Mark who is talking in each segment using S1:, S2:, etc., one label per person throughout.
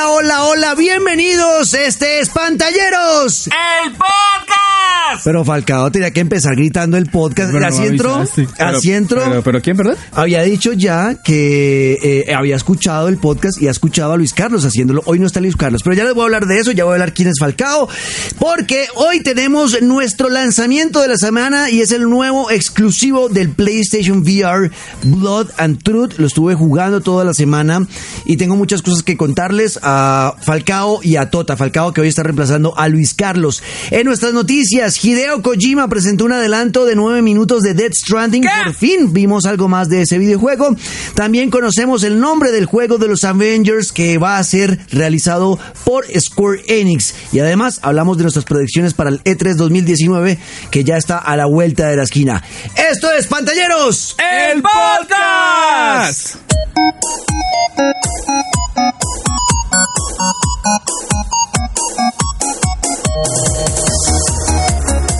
S1: Hola, bienvenidos. Este es Pantalleros.
S2: Ah.
S3: ¡El podcast!
S1: Pero Falcao tenía que empezar gritando el podcast.
S2: Pero no
S1: así entró.
S2: avisaste. Pero-
S1: Así entró.
S2: Pero, pero ¿quién, verdad?
S1: Había dicho ya que eh, había escuchado el podcast y ha escuchado a Luis Carlos haciéndolo. Hoy no está Luis Carlos, pero ya les voy a hablar de eso, ya voy a hablar quién es Falcao, porque hoy tenemos nuestro lanzamiento de la semana y es el nuevo exclusivo del PlayStation VR Blood and Truth. Lo estuve jugando toda la semana y tengo muchas cosas que contarles a Falcao y a Tota. Falcao que hoy está reemplazando a Luis Carlos. En nuestras noticias, Hideo Kojima presentó un adelanto de nueve minutos de Dead Stranding. Por fin vimos algo más de ese videojuego. También conocemos el nombre del juego de los Avengers que va a ser realizado por Square Enix. Y además hablamos de nuestras predicciones para el E E3 2019 que ya está a la vuelta de la esquina. Esto es Pantalleros.
S3: ¡El podcast!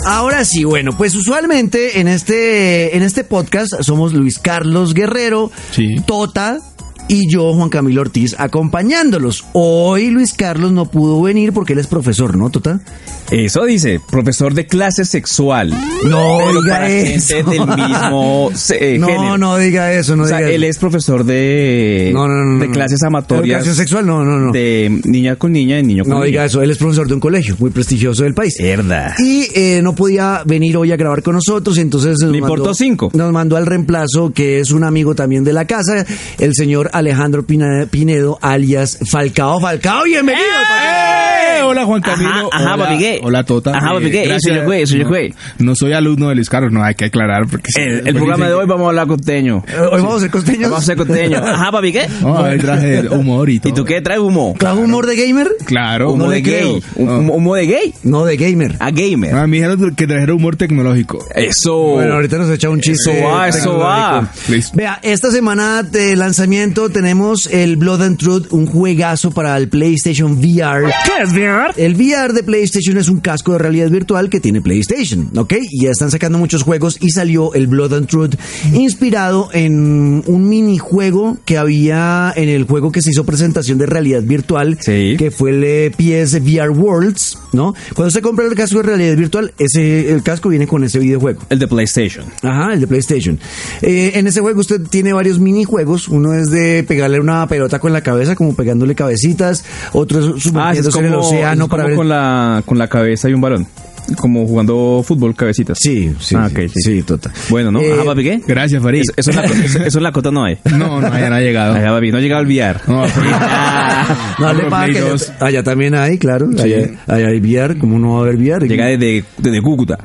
S1: Ahora sí, bueno, pues usualmente en este, en este podcast somos Luis Carlos Guerrero,
S2: Sí.
S1: Tota y yo, Juan Camilo Ortiz, acompañándolos. Hoy Luis Carlos no pudo venir porque él es profesor, ¿no, Tota?
S2: Eso dice, profesor de clase sexual.
S1: No
S2: pero
S1: diga
S2: para
S1: eso.
S2: gente del mismo se- eh,
S1: no,
S2: género.
S1: no diga eso, no
S2: o sea,
S1: diga
S2: él
S1: eso.
S2: es profesor de,
S1: No, no, no, no,
S2: de
S1: no.
S2: clases amatorias.
S1: Educación sexual, no, no, no.
S2: De niña con niña y niño con
S1: No
S2: niño.
S1: diga eso, él es profesor de un colegio muy prestigioso del país.
S2: Mierda.
S1: Y eh, no podía venir hoy a grabar con nosotros, entonces nos
S2: Le
S1: mandó-
S2: importó cinco.
S1: Nos mandó al reemplazo, que es un amigo también de la casa, el señor Alejandro Pina- Pinedo, alias Falcao. Falcao, bienvenido.
S4: ¡Eh! Hola Juan Camilo.
S3: Ajá, ajá,
S4: hola,
S3: papi, ¿qué?
S4: Hola Tota.
S3: Ajá, papi, ¿qué?
S4: gracias.
S3: Soy yo, güey, soy yo,
S4: no,
S3: güey.
S4: No soy alumno de Luis Carlos, no hay que aclarar porque si-
S2: El, el
S4: porque
S2: programa de
S4: dicen
S2: hoy vamos a hablar costeño.
S1: Eh, Hoy vamos a ser costeños.
S2: Vamos a ser costeño. Ajá, papi, ¿qué?
S4: que- No, él traje el humor y todo.
S2: ¿Y tú qué traes humo?
S1: ¿Trajo humor de gamer?
S4: Claro.
S2: Humo
S1: No
S2: de
S1: le creo.
S2: gay. Humo humo de gay.
S1: No, de gamer.
S2: A gamer.
S4: No, a mí me dijeron que trajera humor tecnológico.
S2: Eso.
S1: Bueno, ahorita nos echa un chiste.
S2: Oh. Eso va, eso
S1: tecnológico.
S2: va.
S4: Listo.
S1: Vea, esta semana de lanzamiento tenemos el Blood and Truth, un juegazo para el PlayStation VR.
S3: ¿Qué es VR?
S1: El VR de PlayStation es un casco de realidad virtual que tiene PlayStation, ¿ok? Y ya están sacando muchos juegos y salió el Blood and Truth inspirado en un minijuego que había en el juego que se hizo presentación de realidad virtual,
S2: Sí.
S1: que fue el eh, PS VR Worlds, ¿no? Cuando se compra el casco de realidad virtual, ese el casco viene con ese videojuego.
S2: El de PlayStation.
S1: Ajá, el de PlayStation. Eh, en ese juego usted tiene varios minijuegos. Uno es de pegarle una pelota con la cabeza, como pegándole cabecitas. Otro es
S2: eso
S1: sumergiéndose en el
S2: eso
S1: océano
S2: es
S1: para
S2: Ah, como
S1: ver
S2: con la con la cabeza y un balón. Como jugando fútbol cabecitas.
S1: Sí, sí.
S2: Ah,
S1: sí,
S2: ok,
S1: sí, total.
S2: Bueno, ¿no?
S1: Eh,
S2: Ajá, papi, ¿qué?
S4: Gracias, Farid.
S2: Eso, eso en la, eso- eso en la cota no hay.
S4: No, no, ya no ha llegado.
S2: Ajá, papi, no llega a olvidar.
S4: No,
S2: Ah,
S1: No, le
S4: Play
S1: paga que allá,
S4: 2.
S1: allá también hay, claro. Allá, allá hay VR, como no va a haber VR.
S2: Llega desde, desde Cúcuta.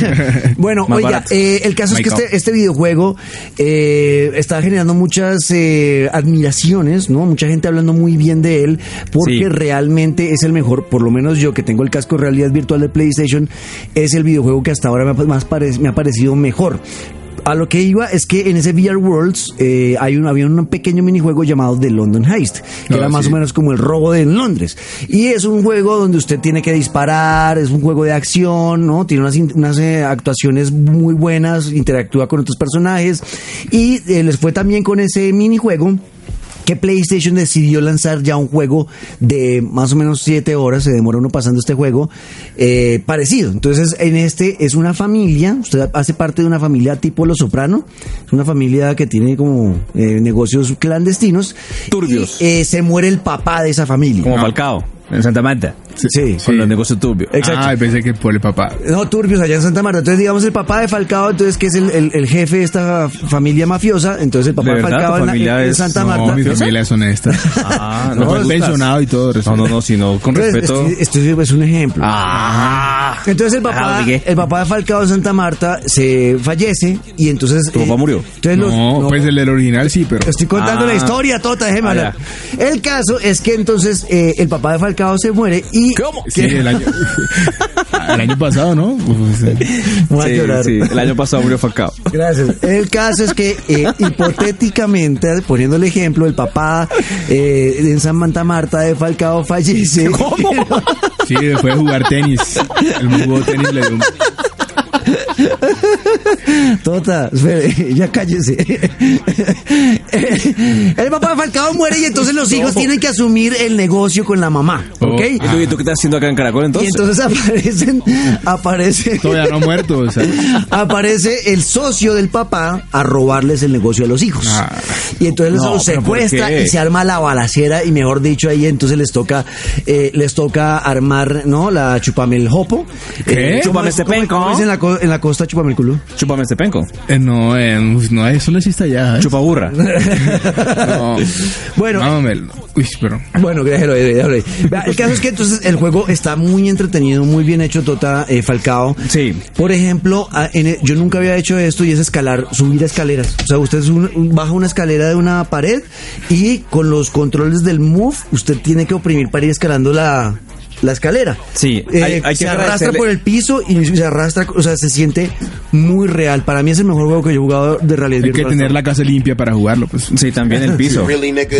S1: bueno,
S2: Más
S1: oiga,
S2: barato.
S1: eh, el caso es que
S4: Michael.
S1: este, este videojuego eh, está generando muchas eh, admiraciones, ¿no? Mucha gente hablando muy bien de él, porque
S2: Sí.
S1: realmente es el mejor, por lo menos yo que tengo el casco de realidad virtual de PlayStation, es el videojuego que hasta ahora me ha, más pare- me ha parecido mejor. A lo que iba es que en ese VR Worlds eh, hay un, había un pequeño minijuego llamado The London Heist, que
S4: Ah,
S1: era más
S4: sí.
S1: o menos como el robo de en Londres. Y es un juego donde usted tiene que disparar, es un juego de acción, ¿no? Tiene unas, in- unas, eh, actuaciones muy buenas, interactúa con otros personajes. Y eh, les fue también con ese minijuego que PlayStation decidió lanzar ya un juego de más o menos 7 horas, se demora uno pasando este juego, eh, parecido. Entonces, en este es una familia, usted hace parte de una familia tipo Los Soprano, es una familia que tiene como eh, negocios clandestinos.
S2: Turbios.
S1: Y, eh, se muere el papá de esa familia.
S2: Como Falcao. En Santa Marta.
S1: Sí.
S2: Con los negocios turbios.
S1: Exacto.
S4: Ah, pensé que por el papá.
S1: No, turbios allá en Santa Marta. Entonces, digamos, el papá de Falcao, entonces, que es el, el- el jefe de esta familia mafiosa. Entonces, el papá
S2: ¿De
S1: de,
S2: verdad?
S1: Falcao
S2: ¿Tu
S1: en, la-
S2: familia
S1: en
S2: es-
S1: Santa
S4: No,
S1: Ah, Marta.
S4: mi familia es honesta.
S2: Ah,
S4: no,
S2: me
S4: es
S2: gustas.
S4: pensionado y todo.
S2: No,
S4: resulta.
S2: no, no, sino con
S1: Entonces,
S2: respeto.
S1: esto, esto es un ejemplo.
S2: Ah.
S1: Entonces el papá,
S2: Ajá, ¿de qué?
S1: el papá de Falcao de Santa Marta se fallece y entonces... eh,
S2: ¿Tu papá murió? eh,
S1: Entonces los-
S4: No,
S1: no,
S4: pues el del original sí, pero.
S1: Estoy contando
S2: Ah.
S1: la historia, Tota, déjeme
S2: Ah,
S1: hablar. El caso es que entonces eh, el papá de Falcao se muere y...
S2: ¿Cómo?
S4: Sí, el año, el año pasado, ¿no?
S1: Voy a
S2: Sí,
S1: llorar.
S2: sí, El año pasado murió Falcao.
S1: Gracias. El caso es que eh, hipotéticamente, poniendo el ejemplo, el papá eh, en San Manta Marta de Falcao fallece.
S4: Sí, después de jugar tenis. El jugó tenis le dio un-
S1: Tota, espere, ya cállese. Eh, El papá de Falcao muere y entonces los hijos tienen que asumir el negocio con la mamá, ¿ok?
S5: ¿Y tú, y tú qué estás haciendo acá en Caracol
S1: Ah. Y
S5: entonces?
S1: entonces aparecen, aparece,
S4: Todavía no ha muerto, o sea.
S1: aparece el socio del papá a robarles el negocio a los hijos.
S4: Ah.
S1: Y entonces los
S5: No,
S1: los
S5: pero ¿por
S1: secuestra
S5: qué?
S1: y se arma la balacera y mejor dicho ahí entonces les toca, eh, les toca armar, ¿no? La chupame el jopo.
S5: ¿Qué?
S1: ¿cómo
S5: Chúpame
S1: es-
S5: este
S1: cómo es-
S5: penco.
S1: cómo es en la, co- en la costa chupame el culo.
S5: Chúpame este penco.
S4: Eh, no, eh, no, eso no existe allá. ¿eh?
S5: Chupa burra.
S4: No.
S1: Bueno,
S4: Mámamelo. Uy, pero.
S1: Bueno, déjalo ahí, déjalo ahí. Vea, El caso es que entonces el juego está muy entretenido, muy bien hecho, Tota eh, Falcao.
S5: Sí.
S1: Por ejemplo, a- en el- yo nunca había hecho esto y es escalar, subir escaleras. O sea, usted es un- un- baja una escalera de una pared y con los controles del Move, usted tiene que oprimir para ir escalando la. la escalera.
S5: Sí,
S1: Eh,
S5: hay- hay que
S1: se arrastra
S5: agradecerle-
S1: por el piso y se arrastra, o sea, se siente muy real. Para mí es el mejor juego que yo he jugado de realidad.
S4: Hay que
S1: virtual.
S4: tener la casa limpia para jugarlo, pues.
S5: Sí, también el piso.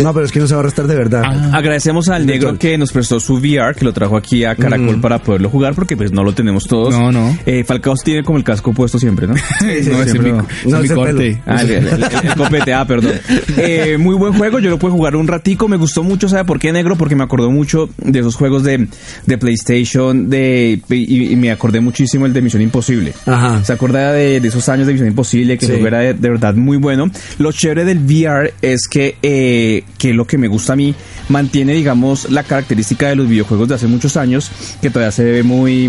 S1: No, pero es que no se va a arrastrar de verdad.
S5: Ah. Agradecemos al negro que nos prestó su VR, que lo trajo aquí a Caracol
S1: Mm.
S5: para poderlo jugar, porque pues no lo tenemos todos.
S4: No, no.
S5: Eh, Falcao tiene como el casco puesto siempre, ¿no?
S1: sí,
S4: no, ese es
S1: siempre
S4: mi,
S1: lo-
S4: ese
S1: no,
S4: es mi
S1: ese
S4: corte.
S1: pelo.
S5: Ah, el, el- el copete, ah, perdón. Eh, muy buen juego, yo lo pude jugar un ratico, me gustó mucho, ¿sabe por qué negro? Porque me acordó mucho de esos juegos de, de PlayStation de, y, y me acordé muchísimo el de Misión Imposible.
S1: Ajá.
S5: ¿Se acuerda de, de esos años de Misión Imposible? Que
S1: Ah. Sí.
S5: el juego era de, de verdad muy bueno. Lo chévere del VR es que, eh, que lo que me gusta a mí mantiene, digamos, la característica de los videojuegos de hace muchos años, que todavía se ve muy...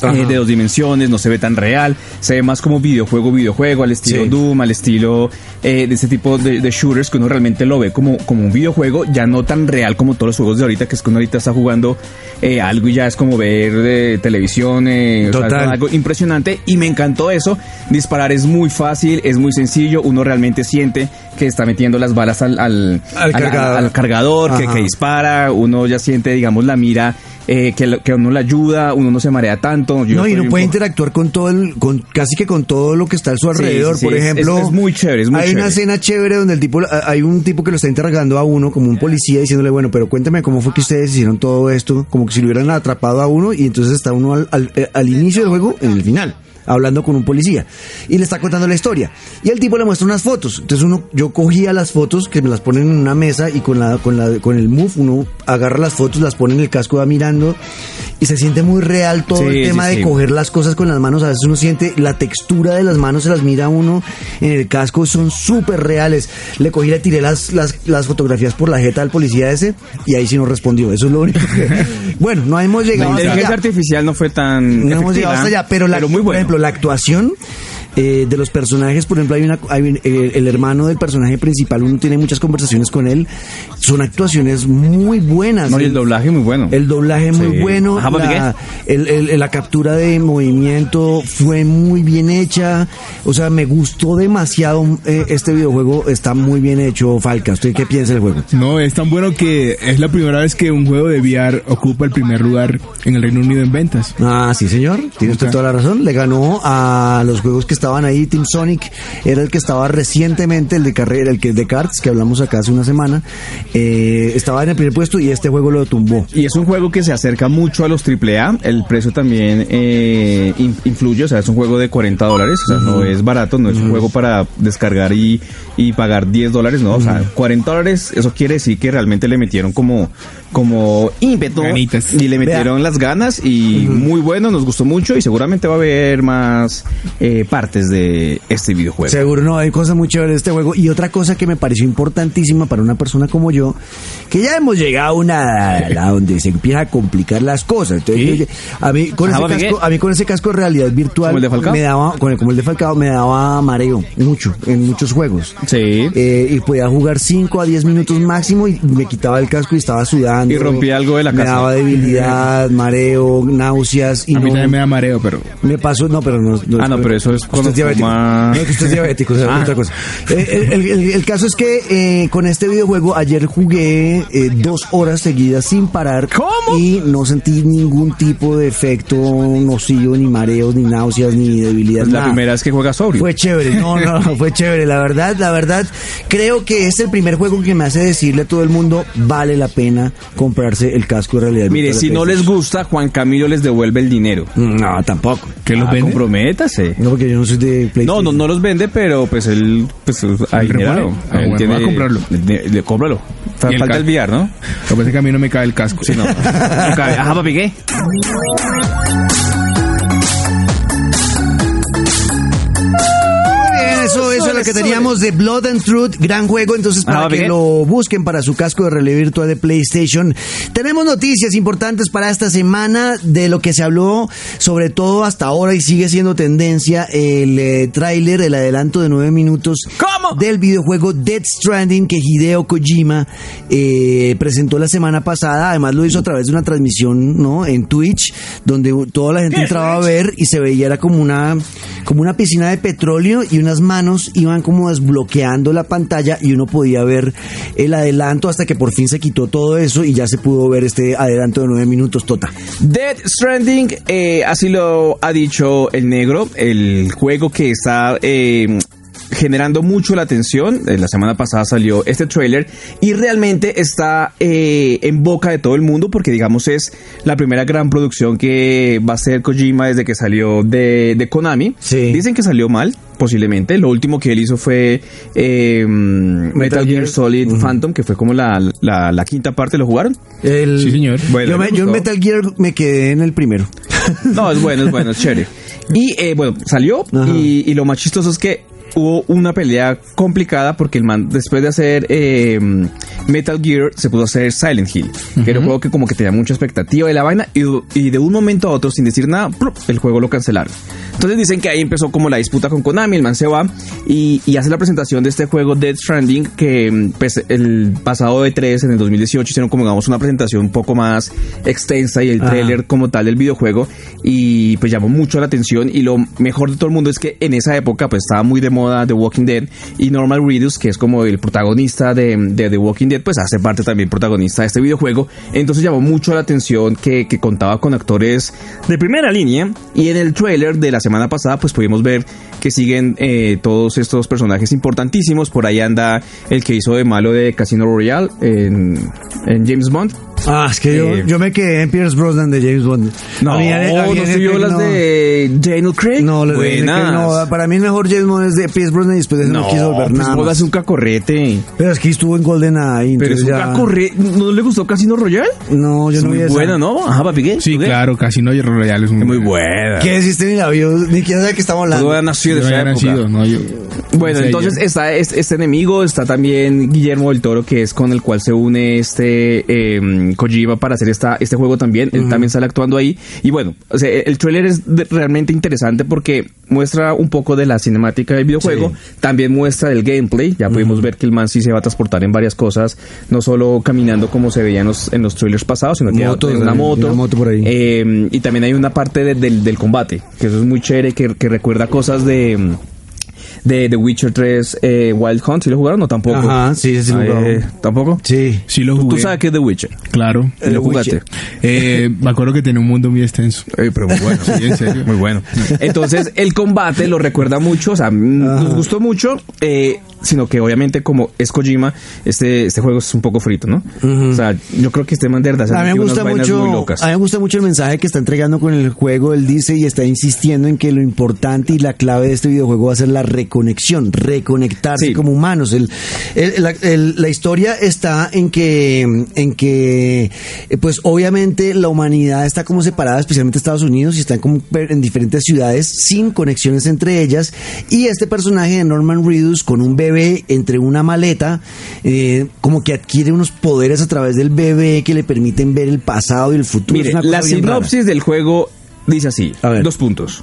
S5: eh,
S1: Ajá.
S5: de dos dimensiones, no se ve tan real, se ve más como videojuego, videojuego, al estilo
S1: Sí.
S5: Doom, al estilo eh, de ese tipo de, de shooters que uno realmente lo ve como, como un videojuego, ya no tan real como todos los juegos de ahorita, que es que uno ahorita está jugando eh, algo y ya es como ver eh, televisión, eh, o sea,
S1: Total.
S5: algo impresionante y me encantó eso. Disparar es muy fácil, es muy sencillo, uno realmente siente que está metiendo las balas al, al,
S1: Al cargador.
S5: al cargador, que,
S1: Ajá.
S5: que dispara, uno ya siente, digamos, la mira. eh, que, lo- que uno la ayuda, uno no se marea tanto. Yo
S1: No, y
S5: soy
S1: no
S5: un
S1: puede
S5: poco-
S1: interactuar con todo el, con casi que con todo lo que está a su
S5: Sí,
S1: alrededor.
S5: sí, sí,
S1: Por
S5: es-
S1: ejemplo,
S5: es- es muy chévere, es muy
S1: hay una
S5: chévere.
S1: escena chévere donde el tipo, ah, hay un tipo que lo está interrogando a uno como un policía diciéndole, bueno, pero cuéntame cómo fue que ustedes hicieron todo esto, como que si lo hubieran atrapado a uno y entonces está uno al, al- eh, al inicio del juego, en el final hablando con un policía y le está contando la historia y el tipo le muestra unas fotos entonces uno yo cogía las fotos que me las ponen en una mesa y con la con la con el move uno agarra las fotos las pone en el casco va mirando y se siente muy real todo
S5: Sí,
S1: el tema
S5: sí,
S1: de
S5: sí.
S1: coger coger las cosas con las manos, a veces uno siente la textura de las manos, se las mira uno en el casco, son súper reales. Le cogí, le tiré las, las, las fotografías por la jeta al policía ese y ahí sí no respondió. Eso es lo único que... Bueno, no hemos
S5: La
S1: llegado hasta
S5: inteligencia
S1: allá.
S5: artificial no fue tan.
S1: No hemos
S5: efectiva,
S1: llegado hasta allá, pero, la,
S5: muy
S1: por
S5: bueno.
S1: ejemplo, la actuación eh, de los personajes, por ejemplo, hay una, hay un- el, el hermano del personaje principal, uno tiene muchas conversaciones con él, son actuaciones muy buenas.
S5: No, y el
S1: El-
S5: doblaje muy bueno.
S1: el doblaje muy
S5: Sí.
S1: bueno,
S5: Ajá, papi,
S1: la, el- el- la captura de movimiento fue muy bien hecha, o sea, me gustó demasiado eh, este videojuego, está muy bien hecho, Falca. ¿Usted qué piensa del juego?
S4: No, es tan bueno que es la primera vez que un juego de VR ocupa el primer lugar en el Reino Unido en ventas.
S1: Ah, sí, señor, tiene usted
S4: Ok.
S1: toda la razón. Le ganó a los juegos que estaban ahí. Team Sonic era el que estaba recientemente, el de carrera, el que de cards, que hablamos acá hace una semana. eh, estaba en el primer puesto y este juego lo tumbó.
S5: Y es un juego que se acerca mucho a los AAA. El precio también eh, in- influye. O sea, es un juego de 40 dólares. O sea, no es barato. No es un juego para descargar y, y pagar 10 dólares. No, o sea, 40 dólares. Eso quiere decir que realmente le metieron como, como ímpetu.
S4: Ganitas.
S5: Y le metieron las ganas. Y muy bueno. Nos gustó mucho. Y seguramente va a haber más eh, partes de este videojuego.
S1: Seguro no, hay cosas muy chéveres de este juego. Y otra cosa que me pareció importantísima para una persona como yo, que ya hemos llegado a una edad a donde se empieza a complicar las cosas. Entonces, yo- a, mí, con
S5: Ah,
S1: ese
S5: Miguel.
S1: casco, a mí con ese casco de realidad virtual
S5: ¿Como el de Falcao?
S1: me daba, con el- como el de Falcao, me daba mareo mucho en muchos juegos.
S5: Sí.
S1: Eh, y podía jugar 5 a 10 minutos máximo y me quitaba el casco y estaba sudando.
S5: Y rompía algo de la
S1: Me
S5: casa.
S1: daba debilidad, mareo, náuseas y
S4: A mí
S1: no-
S4: también me da mareo, pero
S1: me pasó, no, pero no. no-
S5: Ah, no, pero eso es Ah.
S1: que usted es diabético.
S5: coma-
S1: No, que usted es diabético, o sea, otra cosa. Eh, el, el- el caso es que eh, con este videojuego ayer jugué eh, dos horas seguidas sin parar.
S3: ¿Cómo?
S1: Y no sentí ningún tipo de efecto nocivo, ni mareos, ni náuseas, ni debilidad.
S5: Es Pues la
S1: nada.
S5: primera vez que juega sobrio.
S1: Fue chévere, no, no, no, fue chévere, la verdad, la verdad, creo que es el primer juego que me hace decirle a todo el mundo, vale la pena comprarse el casco de realidad.
S5: Mire,
S1: virtual
S5: si
S1: de
S5: no les
S1: PlayStation".
S5: gusta, Juan Camilo les devuelve el dinero.
S1: Mm, No, tampoco.
S4: ¿Que los
S5: Ah,
S4: vende?
S5: comprométase.
S1: No, porque yo no soy de
S5: No,
S1: PlayStation.
S5: no, no los vende, pero pues él, pues, ha dinero.
S4: repone? Ah, bueno, voy a comprarlo.
S5: Le, le- cómpralo. Fa-
S4: Y el
S5: Falta
S4: casco.
S5: el VR, ¿no?
S4: Lo que pasa es que a mí no me cae el Ah, casco.
S5: Sí, no. no cabe. Ajá, papi, ¿qué?
S1: Muy bien, Eso, eso es lo que teníamos de Blood and Truth, gran juego. Entonces, para
S5: Ah,
S1: que
S5: bien.
S1: lo busquen para su casco de realidad virtual de PlayStation. Tenemos noticias importantes para esta semana de lo que se habló, sobre todo hasta ahora y sigue siendo tendencia el eh, tráiler, el adelanto de nueve minutos
S3: ¿Cómo?
S1: del videojuego Dead Stranding que Hideo Kojima eh, presentó la semana pasada. Además, lo hizo a través de una transmisión ¿no? en Twitch, donde toda la gente entraba a ver y se veía era como una, como una piscina de petróleo y unas manos iban como desbloqueando la pantalla y uno podía ver el adelanto hasta que por fin se quitó todo eso y ya se pudo ver este adelanto de nueve minutos Tota. total.
S5: Dead Stranding, eh, así lo ha dicho el negro, el juego que está eh, generando mucho la atención. Eh, la semana pasada salió este trailer y realmente está eh, en boca de todo el mundo porque digamos es la primera gran producción que va a ser Kojima desde que salió de, de Konami.
S1: Sí.
S5: Dicen que salió mal, posiblemente. Lo último que él hizo fue eh, Metal, Gear Solid Phantom, que fue como la, la- la quinta parte, ¿lo jugaron?
S1: El-
S4: Sí, señor.
S5: Bueno,
S1: yo, me-
S5: me
S1: yo en
S5: gustó.
S1: Metal Gear me quedé en el primero.
S5: No, es bueno, es bueno, es chévere. Y eh, bueno, salió
S1: Ajá.
S5: y, y lo más chistoso es que hubo una pelea complicada porque el man, después de hacer eh, Metal Gear, se pudo hacer Silent Hill. Que era un juego que como que tenía mucha expectativa de la vaina y, y de un momento a otro, sin decir nada, ¡plup! el juego lo cancelaron. Entonces dicen que ahí empezó como la disputa con Konami, el man se va y, y hace la presentación de este juego Dead Stranding que mm, pues, el pasado E3 en el 2018 hicieron como digamos una presentación un poco más extensa y el
S1: Ajá.
S5: trailer como tal del videojuego y pues llamó mucho la atención y lo mejor de todo el mundo es que en esa época pues estaba muy de moda The Walking Dead y Norman Reedus que es como el protagonista de, de The Walking Dead pues hace parte también protagonista de este videojuego entonces llamó mucho la atención que, que contaba con actores de primera línea y en el trailer de la semana pasada pues pudimos ver que siguen eh, todos estos personajes importantísimos por ahí anda el que hizo de malo de Casino Royale en, en James Bond
S1: Ah, es que yo,
S5: Eh.
S1: yo me quedé en Pierce Brosnan de James Bond.
S5: no,
S1: A mí- a mí- a mí
S5: no
S1: en
S5: se
S1: el-
S5: vio las
S1: no.
S5: de Daniel Craig.
S1: No, las de-
S5: Buenas.
S1: no, para mí el mejor James Bond es de Pierce Brosnan y después de eso no,
S5: No,
S1: quiso volver
S5: pues
S1: nada. más.
S5: póngase un cacorrete.
S1: Pero es que estuvo en Golden Eye.
S5: Pero es un cacorrete. ¿No le gustó Casino Royale?
S1: No, yo
S5: es
S1: no
S5: muy
S1: vi esa.
S5: buena, ¿no? Ajá, papi, ¿qué?
S4: Sí,
S5: ¿Tú qué?
S4: claro, Casino y Royale es un-
S5: Es muy buena.
S1: ¿Qué deciste ni la vio? Ni quién sabe que estamos
S5: Todo
S1: hablando.
S5: había nacido
S4: Yo
S5: de
S4: no
S5: esa
S4: había
S5: época.
S4: nacido, no, yo-
S5: Bueno,
S4: no sé,
S5: entonces
S4: yo-
S5: está es- este, enemigo, está también Guillermo del Toro, que es con el cual se une este eh, Kojima para hacer esta, este juego también. Él también sale actuando ahí. Y bueno, o sea, e, el trailer es de- realmente interesante porque muestra un poco de la cinemática del videojuego, también muestra del gameplay. Ya pudimos ver que el man sí se va a transportar en varias cosas, no solo caminando como se veía en los, en los trailers pasados, sino que ya
S1: Moto,
S5: tiene una
S1: eh,
S5: moto.
S1: una moto por ahí.
S5: Eh, y también hay una parte de- del, del combate, que eso es muy chévere, que, que recuerda cosas de de The Witcher 3 eh, Wild Hunt. ¿Sí lo jugaron o tampoco?
S1: Ajá, sí, sí lo
S5: Ah,
S1: jugaron.
S5: eh, ¿Tampoco?
S1: Sí.
S4: Sí lo
S5: Tú
S4: jugué.
S5: sabes que es The Witcher.
S4: Claro.
S5: Y lo jugaste.
S1: Witcher.
S4: Eh, me acuerdo que tenía un mundo muy extenso.
S5: Eh, pero muy bueno.
S4: Sí, en serio.
S5: Muy bueno. Entonces, el combate lo recuerda mucho, o sea, mm, nos gustó mucho, eh, sino que obviamente como es Kojima, este, este juego es un poco frito, ¿no? O sea, yo creo que este man de verdad se
S1: A mí, me
S5: metió
S1: gusta
S5: unas vainas
S1: mucho,
S5: muy locas.
S1: a mí me gusta mucho el mensaje que está entregando con el juego. Él dice y está insistiendo en que lo importante y la clave de este videojuego va a ser la reconexión, reconectarse
S5: Sí.
S1: como humanos. El- el- la, el- la historia está en que, en que, eh, pues obviamente la humanidad está como separada, especialmente Estados Unidos, y están como per- en diferentes ciudades sin conexiones entre ellas. Y este personaje de Norman Reedus con un bebé entre una maleta, eh, como que adquiere unos poderes a través del bebé que le permiten ver el pasado y el futuro.
S5: Mire,
S1: Es una cosa
S5: la
S1: bien rara.
S5: sinopsis del juego dice así:
S1: A ver.
S5: dos puntos.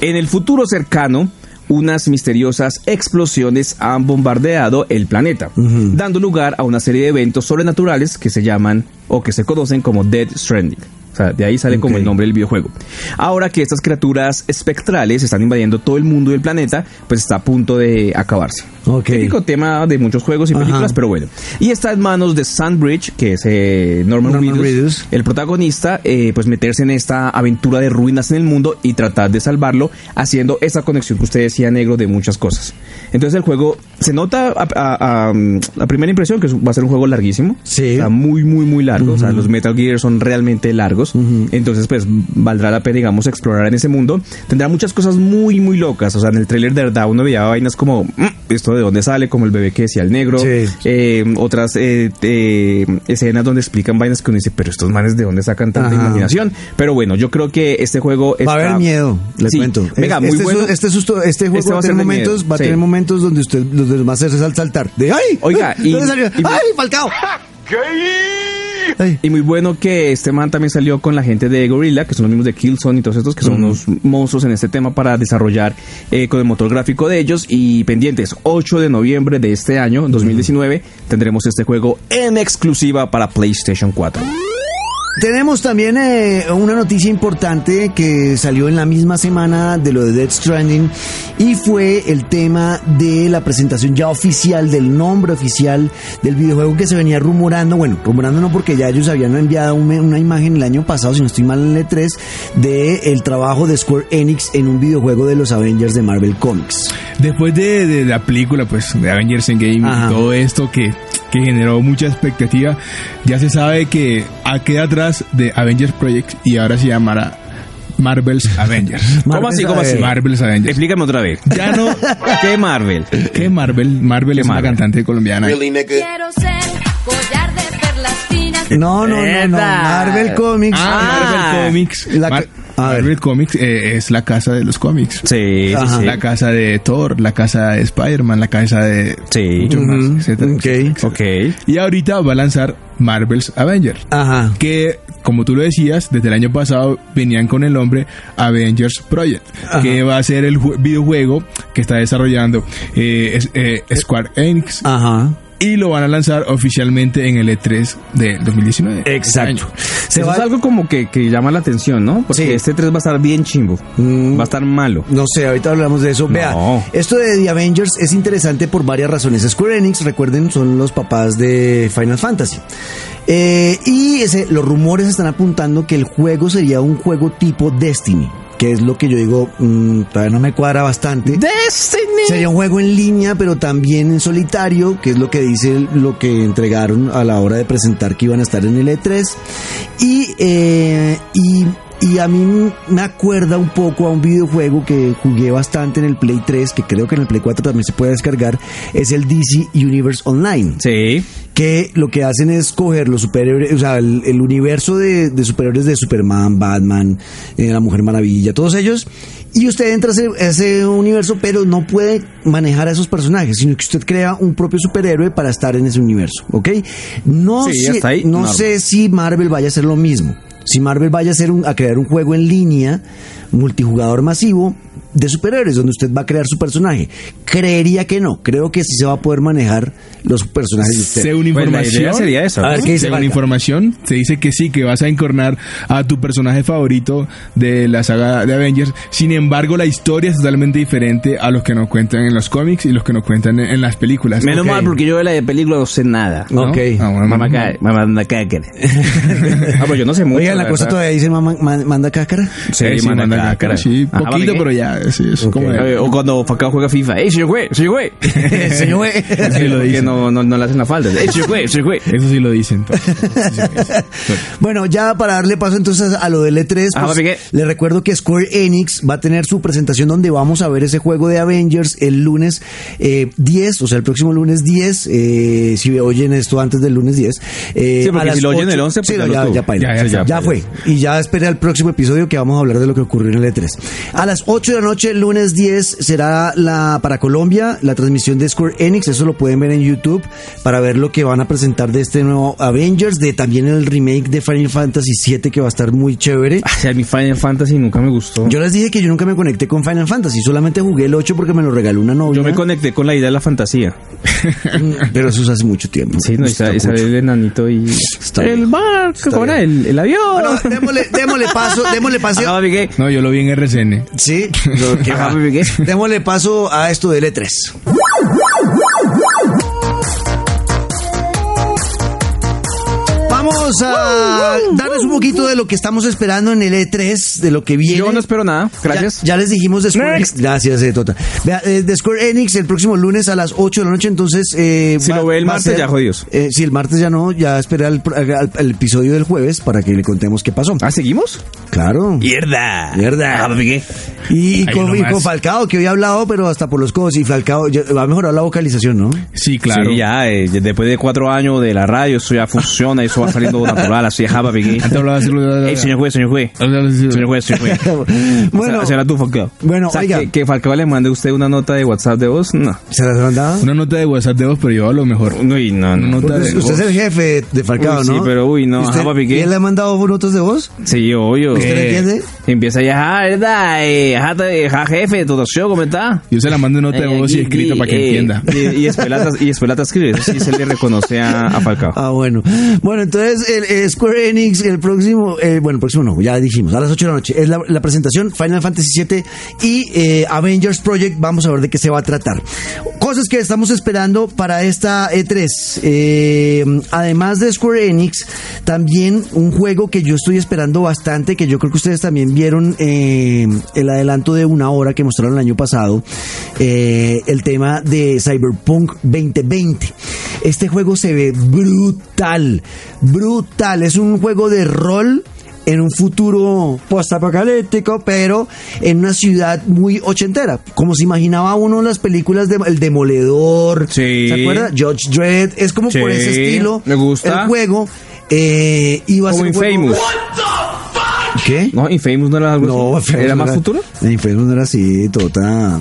S5: En el futuro cercano, unas misteriosas explosiones han bombardeado el planeta, dando lugar a una serie de eventos sobrenaturales que se llaman o que se conocen como Dead Stranding. O sea, de ahí sale como el nombre del videojuego. Ahora que estas criaturas espectrales están invadiendo todo el mundo y el planeta, pues está a punto de acabarse.
S1: Ok.
S5: Típico tema de muchos juegos y películas,
S1: Ajá.
S5: pero bueno. Y está en manos de Sandbridge, que es eh, Norman,
S1: Norman
S5: Reedus,
S1: Reedus.
S5: el protagonista, eh, pues meterse en esta aventura de ruinas en el mundo y tratar de salvarlo, haciendo esa conexión que usted decía, negro, de muchas cosas. Entonces el juego se nota a, a- a, mm, la primera impresión que es- va a ser un juego larguísimo.
S1: Sí.
S5: Está muy, muy, muy largo. O sea, los Metal Gear son realmente largos. Entonces, pues, valdrá la pena, digamos, explorar en ese mundo. Tendrá muchas cosas muy, muy locas. O sea, en el tráiler de verdad uno veía vainas como, "Mm, ¿esto de dónde sale? Como el bebé que decía el negro.
S1: Sí.
S5: Eh, otras eh, eh, escenas donde explican vainas que uno dice, pero estos manes de dónde sacan tanta
S1: Ajá.
S5: imaginación. Pero bueno, yo creo que este juego
S1: Va a haber
S5: está-
S1: miedo, les
S5: Sí.
S1: cuento.
S5: Venga,
S1: Es-
S5: muy
S1: este,
S5: bueno.
S1: su- este susto, este juego
S5: Este
S1: va a
S5: ser
S1: tener
S5: de miedo,
S1: momentos, va a
S5: sí.
S1: tener momentos donde usted los demás va a hacer sal- saltar. De ay,
S5: Oiga,
S1: ay,
S5: y-
S1: ¿dónde salió?
S5: y-
S1: ay, Falcao. Ay.
S5: Y muy bueno que este man también salió con la gente de Gorilla, que son los mismos de Killzone y todos estos, que
S1: Mm.
S5: son unos monstruos en este tema para desarrollar eh, con el motor gráfico de ellos. Y pendientes, 8 de noviembre de este año, 2019, tendremos este juego en exclusiva para PlayStation 4.
S1: Tenemos también eh, una noticia importante que salió en la misma semana de lo de Death Stranding y fue el tema de la presentación ya oficial del nombre oficial del videojuego que se venía rumorando, bueno, rumorando no porque ya ellos habían enviado un- una imagen el año pasado, si no estoy mal en el E3, de el trabajo de Square Enix en un videojuego de los Avengers de Marvel Comics.
S4: Después de, de la película, pues, de Avengers Endgame
S1: Ajá.
S4: y todo esto que, que generó mucha expectativa, ya se sabe que a- queda atrás de Avengers Project y ahora se llamará Marvel's Avengers.
S5: ¿Cómo así, cómo así?
S4: Marvel's Avengers.
S5: Explícame otra vez. Ya no. ¿Qué Marvel?
S4: ¿Qué Marvel? Marvel
S5: ¿Qué
S4: es una
S5: Marvel?
S4: cantante colombiana.
S6: Quiero ser collar de perlas finas.
S1: No, no, no, no,
S3: Eda.
S1: Marvel Comics.
S4: Ah, Marvel Comics.
S1: La
S4: Mar-
S1: ca- a ver.
S4: Marvel Comics eh, es la casa de los cómics.
S5: Sí, sí,
S1: Ajá.
S5: sí.
S4: La casa de Thor, la casa de Spider-Man, la casa de...
S5: Sí.
S4: muchos más,
S1: Ujú,
S4: etcétera,
S1: ok.
S4: etcétera, etcétera.
S5: Ok.
S4: Y ahorita va a lanzar Marvel's Avengers.
S1: Ajá.
S4: que, como tú lo decías, desde el año pasado venían con el nombre Avengers Project, que va a ser el ju- videojuego que está desarrollando eh, es- eh, Square Enix
S1: Ajá.
S4: y lo van a lanzar oficialmente en el E3 de 2019.
S1: Exacto. Se
S5: Eso
S1: va-
S5: es algo como que, que llama la atención, ¿no? Porque
S1: Sí.
S5: este 3 va a estar bien chimbo. Va a estar malo.
S1: No sé, ahorita hablamos de eso. Vea,
S5: No.
S1: esto de The Avengers es interesante por varias razones. Square Enix, recuerden, son los papás de Final Fantasy. Eh, y ese- los rumores están apuntando que el juego sería un juego tipo Destiny, que es lo que yo digo, mm, todavía no me cuadra bastante. Sería un juego en línea, pero también en solitario, que es lo que dice lo que entregaron a la hora de presentar que iban a estar en el E3. Y, eh, y, y a mí me acuerda un poco a un videojuego que jugué bastante en el Play 3, que creo que en el Play 4 también se puede descargar, es el DC Universe Online
S5: Sí.
S1: que lo que hacen es coger los superhéroes, o sea, el, el universo de, de superhéroes de Superman, Batman, eh, la Mujer Maravilla, todos ellos, y usted entra a ese, a ese universo, pero no puede manejar a esos personajes, sino que usted crea un propio superhéroe para estar en ese universo, ¿ok? No,
S5: Sí,
S1: sé,
S5: hasta ahí,
S1: no
S5: Marvel.
S1: sé si Marvel vaya a hacer lo mismo. Si Marvel vaya a, hacer un- a crear un juego en línea, multijugador masivo, de superhéroes, donde usted va a crear su personaje. Creería que no. Creo que sí se va a poder manejar los personajes de usted.
S4: Según
S5: Pues, la
S4: información,
S5: idea sería esa.
S1: A ver,
S5: ¿no?
S1: ¿qué dice
S4: según
S1: Valga?
S4: información, se dice que sí, que vas a encarnar a tu personaje favorito de la saga de Avengers. Sin embargo, la historia es totalmente diferente a los que nos cuentan en los cómics y los que nos cuentan en, en las películas.
S5: Menos
S4: Ok.
S5: mal, porque yo de la de película no sé nada.
S4: ¿no?
S1: Ok.
S4: Ah, bueno,
S5: Mamá
S4: menos mal.
S5: cae, mamá caca. Ah, pues yo no sé mucho.
S1: Oigan, la cosa
S5: verdad.
S1: todavía dice mamá- man- manda cácara.
S5: Sí,
S4: Eh,
S5: manda
S4: manda
S5: caca,
S4: caca,
S5: cara.
S4: Sí,
S5: Ajá,
S4: poquito,
S5: ¿para
S4: pero
S5: qué?
S4: ya, sí, es
S1: Ok.
S4: como...
S5: Eh, O cuando Facao juega FIFA. ¡Ey, señor güey! ¡Señor güey!
S1: Señor güey.
S5: Sí, lo dicen. Que no, no, no le hacen la falta. ¡Ey, señor güey! ¡Señor güey!
S4: Eso sí lo dicen.
S1: Bueno, ya para darle paso entonces a lo del E3,
S5: Ah,
S1: pues,
S5: papi, ¿qué?
S1: le recuerdo que Square Enix va a tener su presentación donde vamos a ver ese juego de Avengers el lunes eh, 10, o sea, el próximo lunes 10, eh, si oyen esto antes del lunes 10. eh,
S5: Sí, porque
S1: a las
S5: si lo oyen el
S1: 8.
S5: 11, pues
S1: Sí,
S5: ya
S1: no,
S5: lo
S1: ya,
S5: tuvo.
S1: ya, paila.
S5: Ya, ya,
S1: Ya
S5: ya,
S1: fue. Y ya espera el próximo episodio que vamos E a hablar de lo que ocurrió en el E3. A las 8 de la noche noche, lunes 10, será la para Colombia, la transmisión de Square Enix. Eso lo pueden ver en YouTube para ver lo que van a presentar de este nuevo Avengers, de también el remake de Final Fantasy VII que va a estar muy chévere.
S5: O sea, mi Final Fantasy nunca me gustó. Yo,
S1: Yo les dije que yo nunca me conecté con Final Fantasy, solamente jugué el 8 porque me lo regaló una novia.
S5: me conecté con la idea de la fantasía.
S1: Pero eso es hace mucho tiempo.
S5: Sí, no,
S1: Está
S5: esa, esa
S1: mucho.
S5: del enanito y...
S1: Está
S5: el
S1: bien.
S5: barco,
S1: Está
S5: ahora
S1: bien.
S5: el, el avión.
S1: Bueno, démosle, démosle paso,
S5: Ah,
S1: démosle paseo.
S5: Acaba, Miguel.
S4: No, yo lo vi en RCN.
S1: Sí, lo que va.
S5: Ajá, Miguel.
S1: démosle paso a esto del E3. Vamos a darles un poquito de lo que estamos esperando en el E3, de lo que viene.
S5: Yo no espero nada, gracias.
S1: Ya, ya les dijimos de Square
S2: Next.
S1: Enix. Gracias, eh, Tota. Vea, eh, de Square Enix el próximo lunes a las 8 de la noche, entonces... eh,
S5: Si lo ve el
S1: a
S5: martes, ya jodidos.
S1: eh, si el martes ya no, ya espera el, pro- al- al episodio del jueves para que le contemos qué pasó.
S5: ¿Ah, seguimos?
S1: Claro.
S5: Mierda. Ah,
S1: Mierda. Y,
S4: Ahí
S1: con, y
S4: nomás.
S1: con Falcao, que hoy ha hablado, pero hasta por los codos. Y Falcao ya- va a mejorar la vocalización, ¿no?
S4: Sí, claro.
S5: Sí, ya, eh, después de cuatro años de la radio, eso ya funciona, eso va saliendo natural, así es, Java Miguel.
S4: Antes hablaba así.
S5: Ey, señor juez, señor juez. Señor juez, señor juez.
S1: Bueno.
S5: eh, Bueno, será tú, Falcao.
S1: Bueno,
S5: O sea,
S1: oiga.
S5: Que, que Falcao le mande a usted una nota de WhatsApp de voz, no.
S1: ¿Se las han dado?
S4: Una nota de WhatsApp de voz, pero yo a lo mejor.
S5: Uy, no, no.
S4: Nota de
S1: Usted, usted es
S4: voz.
S1: el jefe de Falcao,
S5: Uy, sí,
S1: ¿no?
S5: pero uy, no,
S1: ¿Y ¿Usted,
S5: ajá, papi, ¿qué?
S1: ¿y él le ha mandado notas de voz?
S5: Sí, yo, yo.
S1: ¿Usted le entiende?
S5: Empieza ya, ajá, ¿verdad? Eh, ajá, te- ajá, jefe, todo show, ¿cómo está?
S4: Yo se la mando en nota de
S5: Eh,
S4: voz y
S5: aquí,
S4: escrita para que
S5: eh,
S4: entienda.
S5: Y, y después la- y después la transcribe, eso sí se le reconoce a, a Falcao.
S1: Ah, bueno. Bueno, entonces el, eh, Square Enix, el próximo, eh, bueno, el próximo no, ya dijimos, a las 8 de la noche, es la, la presentación Final Fantasy VII y eh, Avengers Project, vamos a ver de qué se va a tratar. Cosas que estamos esperando para esta E3. Eh, además de Square Enix, también un juego que yo estoy esperando bastante, que yo creo que ustedes también vieron eh, el adelanto de una hora que mostraron el año pasado, eh, el tema de Cyberpunk 2020. Este juego se ve brutal, brutal. Es un juego de rol en un futuro postapocalíptico, pero en una ciudad muy ochentera, como se imaginaba uno en las películas de El Demoledor,
S5: Sí.
S1: ¿se acuerda? George Dredd, es como
S5: Sí,
S1: por ese estilo.
S5: me gusta.
S1: El juego eh, iba a
S5: Como
S1: ser un juego-
S5: Infamous.
S1: ¿Qué?
S5: No, Infamous no era algo
S1: No,
S5: así.
S1: Infamous
S5: ¿Era
S1: no
S5: más futuro?
S1: Infamous no era así, total.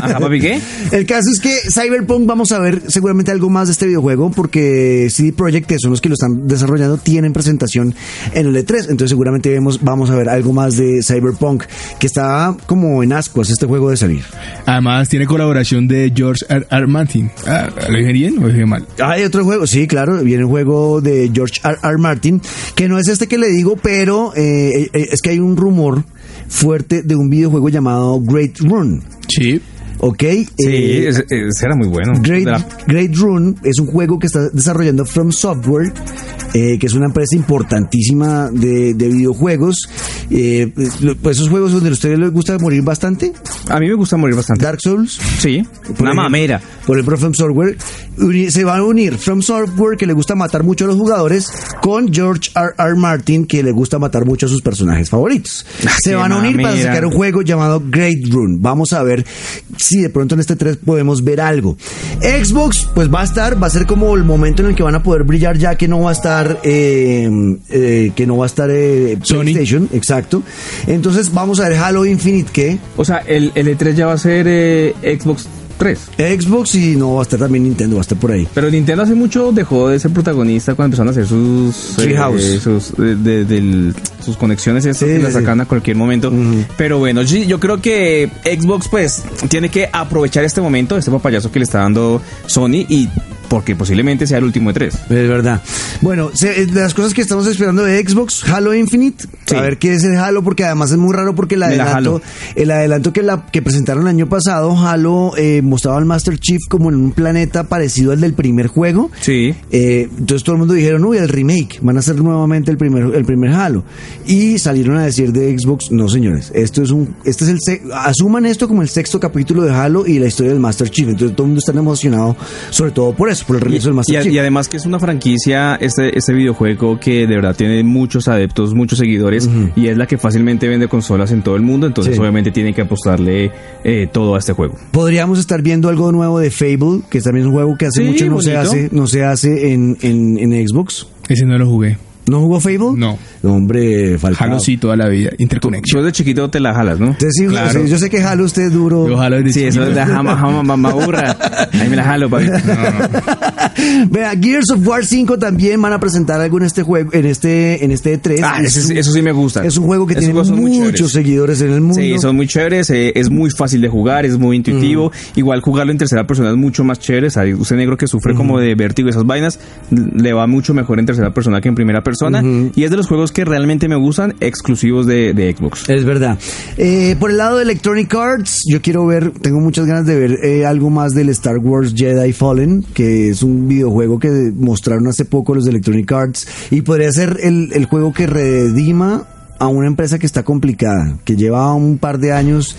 S5: Ajá, papi, ¿qué?
S1: El caso es que Cyberpunk vamos a ver seguramente algo más de este videojuego porque CD Projekt, que son los que lo están desarrollando, tienen presentación en el E3. Entonces seguramente vemos, vamos a ver algo más de Cyberpunk, que está como en ascuas este juego de salir.
S4: Además, tiene colaboración de George R. R. Martin. Ah, ¿Lo dije bien o lo dije mal?
S1: Hay otro juego, sí, claro, viene un juego de George R. R. Martin, que no es este que le digo, pero eh, eh, es que hay un rumor fuerte de un videojuego llamado Great Run,
S4: Sí.
S1: ¿ok?
S5: Sí,
S1: Eh,
S5: ese, ese era muy bueno.
S1: Great,
S5: De la-
S1: Great Rune es un juego que está desarrollando From Software, eh, que es una empresa importantísima de, de videojuegos. Eh, lo- pues esos juegos donde a ustedes les gusta morir bastante,
S5: a mí me gusta morir bastante.
S1: Dark Souls.
S5: Sí,
S1: por
S5: una
S1: ejemplo,
S5: mamera.
S1: Por ejemplo, From Software. Uni- se van a unir From Software, que le gusta matar mucho a los jugadores, con George R. R. Martin, que le gusta matar mucho a sus personajes favoritos. se
S5: qué
S1: van a unir para
S5: mamera.
S1: sacar un juego llamado Great Rune. Vamos a ver si de pronto en este 3 podemos ver algo. Xbox, pues va a estar, va a ser como el momento en el que van a poder brillar ya que no va a estar, eh, eh, que no va a estar eh,
S4: Sony.
S1: PlayStation, exacto. Entonces vamos a ver Halo Infinite, que
S5: O sea, el, el E3 ya va a ser eh, Xbox 3.
S1: Xbox y no va a estar también Nintendo, va a estar por ahí.
S5: Pero Nintendo hace mucho dejó de ser protagonista cuando empezaron a hacer sus eh,
S1: Treehouse.
S5: sus, eh, de- del- sus conexiones esas
S1: Sí,
S5: que
S1: sí,
S5: las sacan
S1: sí.
S5: a cualquier momento. Pero bueno, sí, yo creo que Xbox pues tiene que aprovechar este momento, este papayazo que le está dando Sony y porque posiblemente sea el último E3.
S1: Es verdad. Bueno, se- eh, las cosas que estamos esperando de Xbox, Halo Infinite,
S5: Sí.
S1: a ver qué es el Halo, porque además es muy raro porque el
S5: Me la
S1: adelanto,
S5: jalo.
S1: el adelanto que, la, que presentaron el año pasado, Halo eh, mostraba al Master Chief como en un planeta parecido al del primer juego.
S5: Sí.
S1: Eh, entonces todo el mundo dijeron, uy, el remake, van a hacer nuevamente el primer, el primer Halo. Y salieron a decir de Xbox, no señores, esto es un, este es el, se- asuman esto como el sexto capítulo de Halo y la historia del Master Chief. Entonces todo el mundo está emocionado, sobre todo por eso, por el regreso del
S5: y,
S1: Master
S5: a-
S1: Chief.
S5: y además que es una franquicia, este, este videojuego que de verdad tiene muchos adeptos, muchos seguidores y es la que fácilmente vende consolas en todo el mundo, entonces
S1: Sí.
S5: obviamente tiene que apostarle eh, todo a este juego.
S1: Podríamos estar viendo algo nuevo de Fable, que también es un juego que hace
S5: Sí,
S1: mucho no se
S5: bonito.
S1: hace, no se hace en, en, en Xbox.
S4: Ese no lo jugué.
S1: ¿No jugó Fable?
S4: No.
S1: Hombre, Falcao.
S4: Halo sí toda la vida. Interconexión.
S5: Yo de chiquito te la jalas, ¿no?
S1: Usted sí,
S4: Claro.
S1: sí, yo sé que Halo usted es duro.
S4: Yo jalo desde
S5: Sí, eso es
S4: chiquito.
S5: la jama, jama, mamá burra. Ahí me la jalo, papi.
S1: Vea, Gears of War 5 también van a presentar algo en este juego, en este, en este 3
S5: Ah, ese sí- eso sí me gusta.
S1: Es un juego que
S5: Esos
S1: tiene
S5: juegos son muy
S1: muchos
S5: chéveres.
S1: seguidores en el mundo.
S5: Sí, son muy chéveres, eh, es muy fácil de jugar, es muy intuitivo.
S1: Mm.
S5: Igual jugarlo en tercera persona es mucho más chévere. o sea, Usted negro que sufre como de vértigo y esas vainas, le va mucho mejor en tercera persona que en primera persona. Y es de los juegos que realmente me gustan, exclusivos de, de Xbox.
S1: Es verdad. Eh, por el lado de Electronic Arts, yo quiero ver, tengo muchas ganas de ver eh, algo más del Star Wars Jedi Fallen, que es un videojuego que mostraron hace poco los de Electronic Arts, y podría ser el, el juego que redima a una empresa que está complicada, que lleva un par de años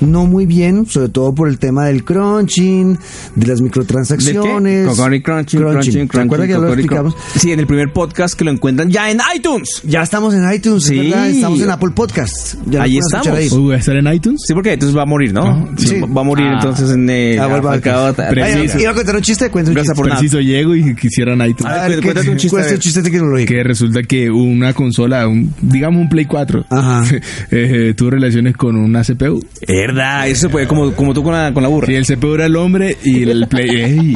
S1: no muy bien, sobre todo por el tema del crunching, de las microtransacciones.
S5: Cocori Crunchy, Crunchy,
S1: ¿Te acuerdas
S5: Crunchy,
S1: que ya lo
S5: Cocori Crunch-
S1: explicamos?
S5: Sí, en el primer podcast que lo encuentran ya en iTunes.
S1: Ya estamos en iTunes,
S5: Sí.
S1: ¿verdad? Estamos en Apple Podcast. Ya lo
S5: Ahí
S1: pueden escuchar
S5: estamos.
S1: ahí.
S4: Uy, ¿va a estar en iTunes?
S5: Sí, porque entonces va a morir, ¿no?
S4: Ajá,
S1: sí.
S5: Va a morir entonces en el.
S1: Ah, vuelva
S5: Falcao-
S1: al- Ay,
S4: Preciso.
S1: Iba a contar un chiste, cuento un
S5: Gracias
S1: chiste.
S5: por nada. Ah,
S4: Preciso llego y quisiera en iTunes.
S5: A ver,
S1: A ver,
S5: cu- cuéntate
S1: ¿qué-
S5: un chiste,
S1: cuesta
S5: a ver.
S1: un chiste tecnológico.
S4: que resulta que una consola, un- digamos un Play 4,
S1: Ajá.
S4: eh, tuvo relaciones con una CPU.
S5: Verdad, eso se puede, como, como tú con la, con la burra.
S4: Sí, el CPU era el hombre y el Play ey,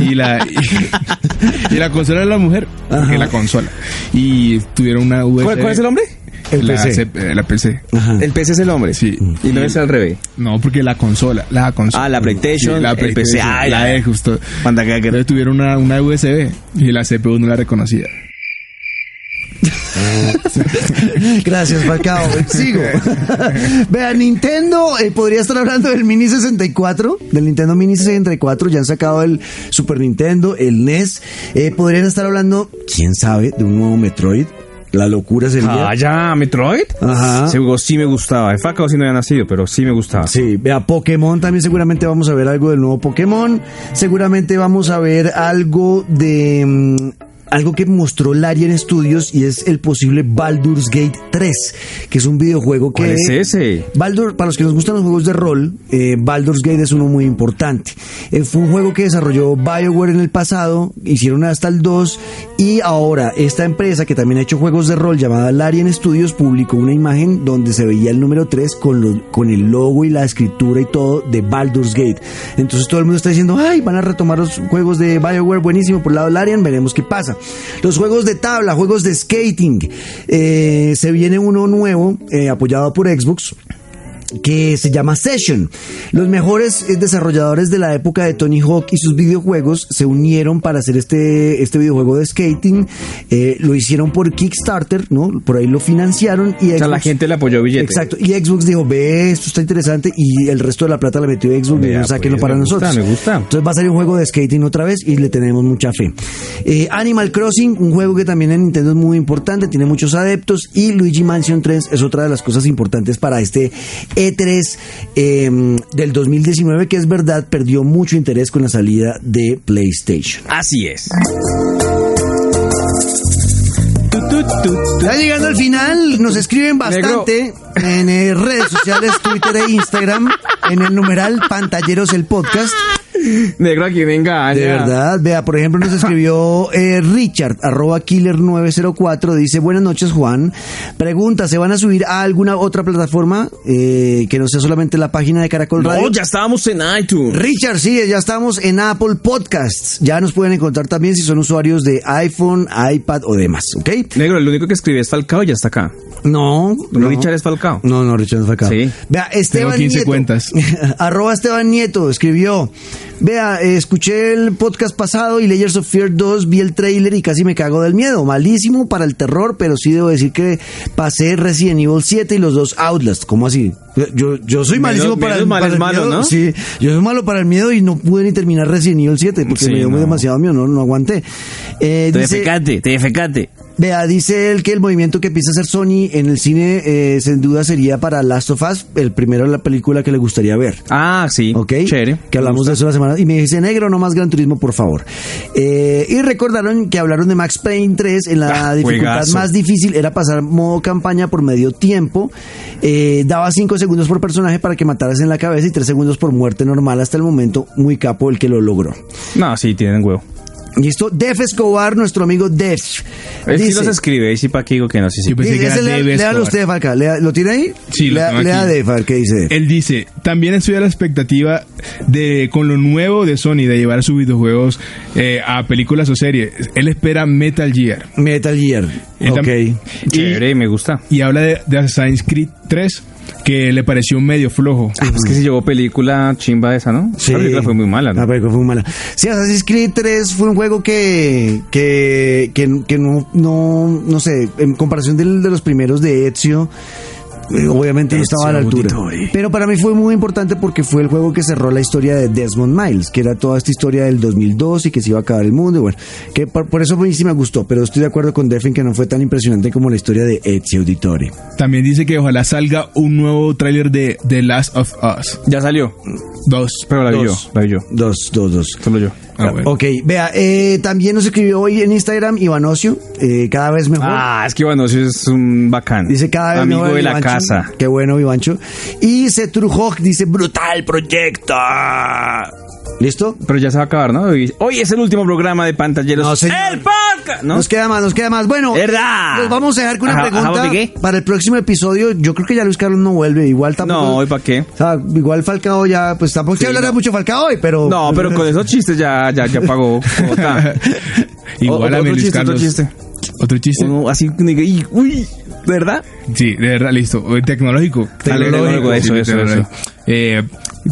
S4: y la y, la consola era la mujer, porque la consola. Y tuvieron una USB.
S5: ¿Cuál, cuál es el hombre?
S1: El
S4: la
S1: PC.
S4: C- eh, la PC.
S1: Ajá.
S5: El PC es el hombre.
S4: Sí.
S5: Y no es al revés.
S4: No, porque la consola, la consola.
S5: Ah, la PlayStation,
S4: la
S5: el PC,
S4: PlayStation,
S5: ah,
S4: la
S5: ya.
S4: E justo.
S5: Manda acá que-
S4: Entonces tuvieron una, una USB y la CPU no la reconocía.
S1: Gracias, Falcao. Sigo. Vea, Nintendo eh, podría estar hablando del Mini 64, del Nintendo Mini 64. Ya han sacado el Super Nintendo, el NES. Eh, podrían estar hablando, quién sabe, de un nuevo Metroid. La locura sería.
S5: Ah, ya, Metroid.
S1: Ajá.
S5: Ese juego sí me gustaba. En Facao sí no había nacido, pero sí me gustaba.
S1: Sí, vea, Pokémon también seguramente vamos a ver algo del nuevo Pokémon. Seguramente vamos a ver algo de... mm, algo que mostró Larian Studios y es el posible Baldur's Gate 3, que es un videojuego que...
S5: ¿Cuál es ese?
S1: Baldur, para los que nos gustan los juegos de rol, eh, Baldur's Gate es uno muy importante. Eh, fue un juego que desarrolló BioWare en el pasado, hicieron hasta el 2 y ahora esta empresa que también ha hecho juegos de rol llamada Larian Studios publicó una imagen donde se veía el número 3 con, los- con el logo y la escritura y todo de Baldur's Gate. Entonces todo el mundo está diciendo, ay, van a retomar los juegos de BioWare, buenísimo por el lado de Larian, veremos qué pasa. Los juegos de tabla, juegos de skating, eh, se viene uno nuevo eh, apoyado por Xbox que se llama Session. Los mejores eh, desarrolladores de la época de Tony Hawk y sus videojuegos se unieron para hacer este, este videojuego de skating. Eh, lo hicieron por Kickstarter, ¿no? Por ahí lo financiaron y
S5: O sea, la gente le apoyó billete.
S1: Exacto. Y Xbox dijo, ve, esto está interesante. Y el resto de la plata la metió Xbox.
S5: Vea,
S1: dijeron, sáquenlo
S5: pues,
S1: para
S5: me gusta,
S1: nosotros.
S5: me gusta.
S1: Entonces va a salir un juego de skating otra vez y le tenemos mucha fe. Eh, Animal Crossing, un juego que también en Nintendo es muy importante, tiene muchos adeptos. Y Luigi Mansion 3 es otra de las cosas importantes para este E3 eh, del 2019, que es verdad, perdió mucho interés con la salida de PlayStation.
S5: Así es.
S1: Está llegando al final, nos escriben
S5: Negro.
S1: bastante en eh, redes sociales, Twitter e Instagram, en el numeral Pantalleros el Podcast.
S5: Negro aquí venga.
S1: De verdad, vea, por ejemplo, nos escribió eh, Richard, arroba killer904, dice, buenas noches Juan, pregunta, ¿se van a subir a alguna otra plataforma eh, que no sea solamente la página de Caracol Radio?
S5: No, ya estábamos en iTunes.
S1: Richard, sí, ya estamos en Apple Podcasts. Ya nos pueden encontrar también si son usuarios de iPhone, iPad o demás, ¿ok?
S5: Negro, el único que escribe es Falcao y ya está acá.
S1: No, no.
S5: Richard es Falcao.
S1: No, no, Richard no fue acá.
S5: Sí.
S1: Vea, Esteban
S4: Tengo 15
S1: Nieto.
S4: cuentas.
S1: arroba Esteban Nieto escribió. Vea, eh, escuché el podcast pasado y Layers of Fear 2, vi el trailer y casi me cago del miedo. Malísimo para el terror, pero sí debo decir que pasé Resident Evil 7 y los dos Outlast. ¿Cómo así? Yo, yo soy
S5: Menos-
S1: malísimo para, el,
S5: menos mal
S1: para
S5: es
S1: el
S5: malo,
S1: miedo.
S5: ¿no?
S1: Sí, yo soy malo para el miedo y no pude ni terminar Resident Evil 7 porque
S5: Sí,
S1: me dio
S5: no.
S1: demasiado miedo, no, no aguanté. Eh,
S5: Te
S1: dice-
S5: defecate, te defecate.
S1: Vea, dice él que el movimiento que empieza a hacer Sony en el cine eh, sin duda sería para Last of Us, el primero de la película que le gustaría ver.
S5: Ah, sí.
S1: ¿Ok?
S5: Chévere.
S1: Que hablamos de eso la semana. Y me dice, negro, no más Gran Turismo, por favor. Eh, y recordaron que hablaron de Max Payne 3 en la
S5: Ah,
S1: dificultad
S5: juegazo.
S1: más difícil era pasar modo campaña por medio tiempo. Eh, daba 5 segundos por personaje para que mataras en la cabeza y 3 segundos por muerte normal hasta el momento. Muy capo el que lo logró.
S5: No, sí, tienen huevo.
S1: ¿Listo? Def Escobar, nuestro amigo Def.
S5: Él sí
S1: Dice- pues,
S5: los escribe, y sí pa' que digo que no, sí, sí.
S4: Yo pensé
S1: dice,
S4: que era
S1: ese
S4: Dave
S1: lea- léalo
S4: Escobar.
S1: usted, Falca. Lea- ¿Lo tiene ahí?
S4: Sí, lo
S1: Lea-
S4: tengo
S1: Lea
S4: aquí.
S1: Def, a ver qué dice.
S4: Él dice, también estoy a la expectativa de con lo nuevo de Sony de llevar sus videojuegos eh, a películas o series. Él espera Metal Gear.
S1: Metal Gear.
S4: Él tam-
S1: Ok.
S4: y-
S5: Chévere, me gusta.
S4: Y, habla de, de Assassin's Creed 3 que le pareció medio flojo.
S5: Ah, pues que si llegó película chimba esa, ¿no?
S1: Sí.
S5: La película fue muy mala,
S1: La
S5: ¿no?
S1: película fue muy mala. Sí, Assassin's Creed 3 fue un juego que, que, que, que no, no, no sé, en comparación del- de los primeros de Ezio, eh, obviamente no estaba a la altura. Pero para mí fue muy importante porque fue el juego que cerró la historia de Desmond Miles, que era toda esta historia del 2002 y que se iba a acabar el mundo. y bueno, que por, por eso a mí sí me gustó, pero estoy de acuerdo con Defin que no fue tan impresionante como la historia de Ezio Auditore.
S4: También dice que ojalá salga un nuevo tráiler de The Last of Us
S5: Ya salió,
S4: 2.
S5: pero la vi yo,
S4: Dos.
S5: la vi yo.
S1: Dos, dos, dos.
S5: Solo yo.
S4: Ah, bueno.
S1: Ok, vea, eh, también nos escribió hoy en Instagram Iván Ocio, eh, cada vez mejor.
S5: Ah, es que bueno, eso es un bacán.
S1: Dice cada vez
S5: Amigo
S1: mejor
S5: de la
S1: Vivancho.
S5: casa.
S1: Qué bueno, Vivancho. Y Cetrujok dice, brutal proyecto. ¿Listo?
S5: Pero ya se va a acabar, ¿no? Y- Hoy es el último programa de pantalleros.
S1: No, señor.
S5: ¡El podcast! ¿No?
S1: Nos queda más, nos queda más. Bueno,
S5: ¿Verdad?
S1: nos vamos a dejar con una
S5: Ajá,
S1: pregunta
S5: ¿ajá, de qué?
S1: para el próximo episodio. Yo creo que ya Luis Carlos no vuelve. Igual tampoco.
S5: No, ¿hoy para qué?
S1: O sea, igual Falcao ya, pues tampoco se hablará mucho de Falcao hoy, pero.
S5: No, pero con esos chistes ya, ya, ya pagó. Bogotá.
S4: Igual
S5: Otro
S4: a Luis
S5: chiste, otro
S4: Carlos.
S5: chiste. Uh.
S4: ¿Otro chiste?
S5: Uno así, y- uy, ¿de ¿verdad?
S4: Sí, de verdad, listo. Eh, Tecnológico.
S5: Tecnológico, eso,
S4: sí,
S5: eso,
S4: tecnológico. Eh,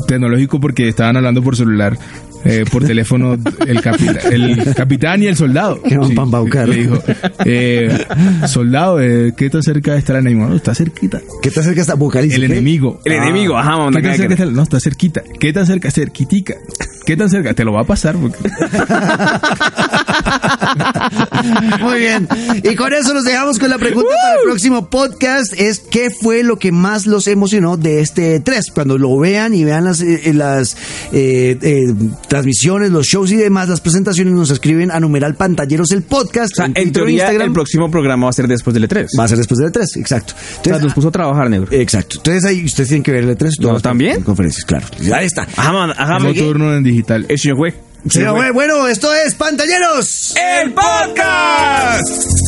S4: tecnológico porque estaban hablando por celular, eh, por teléfono, el, capita- el capitán y el soldado.
S1: Que van
S4: Sí,
S1: pa' embaucar.
S4: Le dijo, eh, soldado, eh, ¿qué tan cerca está el enemigo? No, está cerquita.
S1: ¿Qué te acerca esta vocaliza?
S4: El
S1: ¿qué?
S4: enemigo. Ah,
S5: El enemigo, ajá, mamá,
S4: ¿Qué tan
S5: que-
S4: cerca está? No, está cerquita. ¿Qué tan cerca? Cerquitica. ¿Qué tan cerca? Te lo va a pasar. Porque...
S1: Muy bien. Y con eso nos dejamos con la pregunta para el próximo podcast. Es ¿qué fue lo que más los emocionó de este 3? Cuando lo vean y vean las, eh, las eh, eh, transmisiones, los shows y demás, las presentaciones, nos escriben a numeral pantalleros el podcast.
S5: O sea, en
S1: Twitter,
S5: teoría, el próximo programa va a ser después del E3.
S1: Va a ser después del 3, exacto.
S5: O sea,
S1: Entonces,
S5: nos puso a trabajar, negro.
S1: Exacto. Entonces ahí ustedes tienen que ver el E3.
S5: No,
S1: todas las
S5: ¿también?
S1: Conferencias, claro. Ahí está.
S5: Ajá, man, ajá,
S4: no
S5: ¿de qué?
S4: turno en digital.
S5: Eh, Eso ya fue.
S1: Sí, bueno, esto es Pantalleros.
S3: ¡El podcast!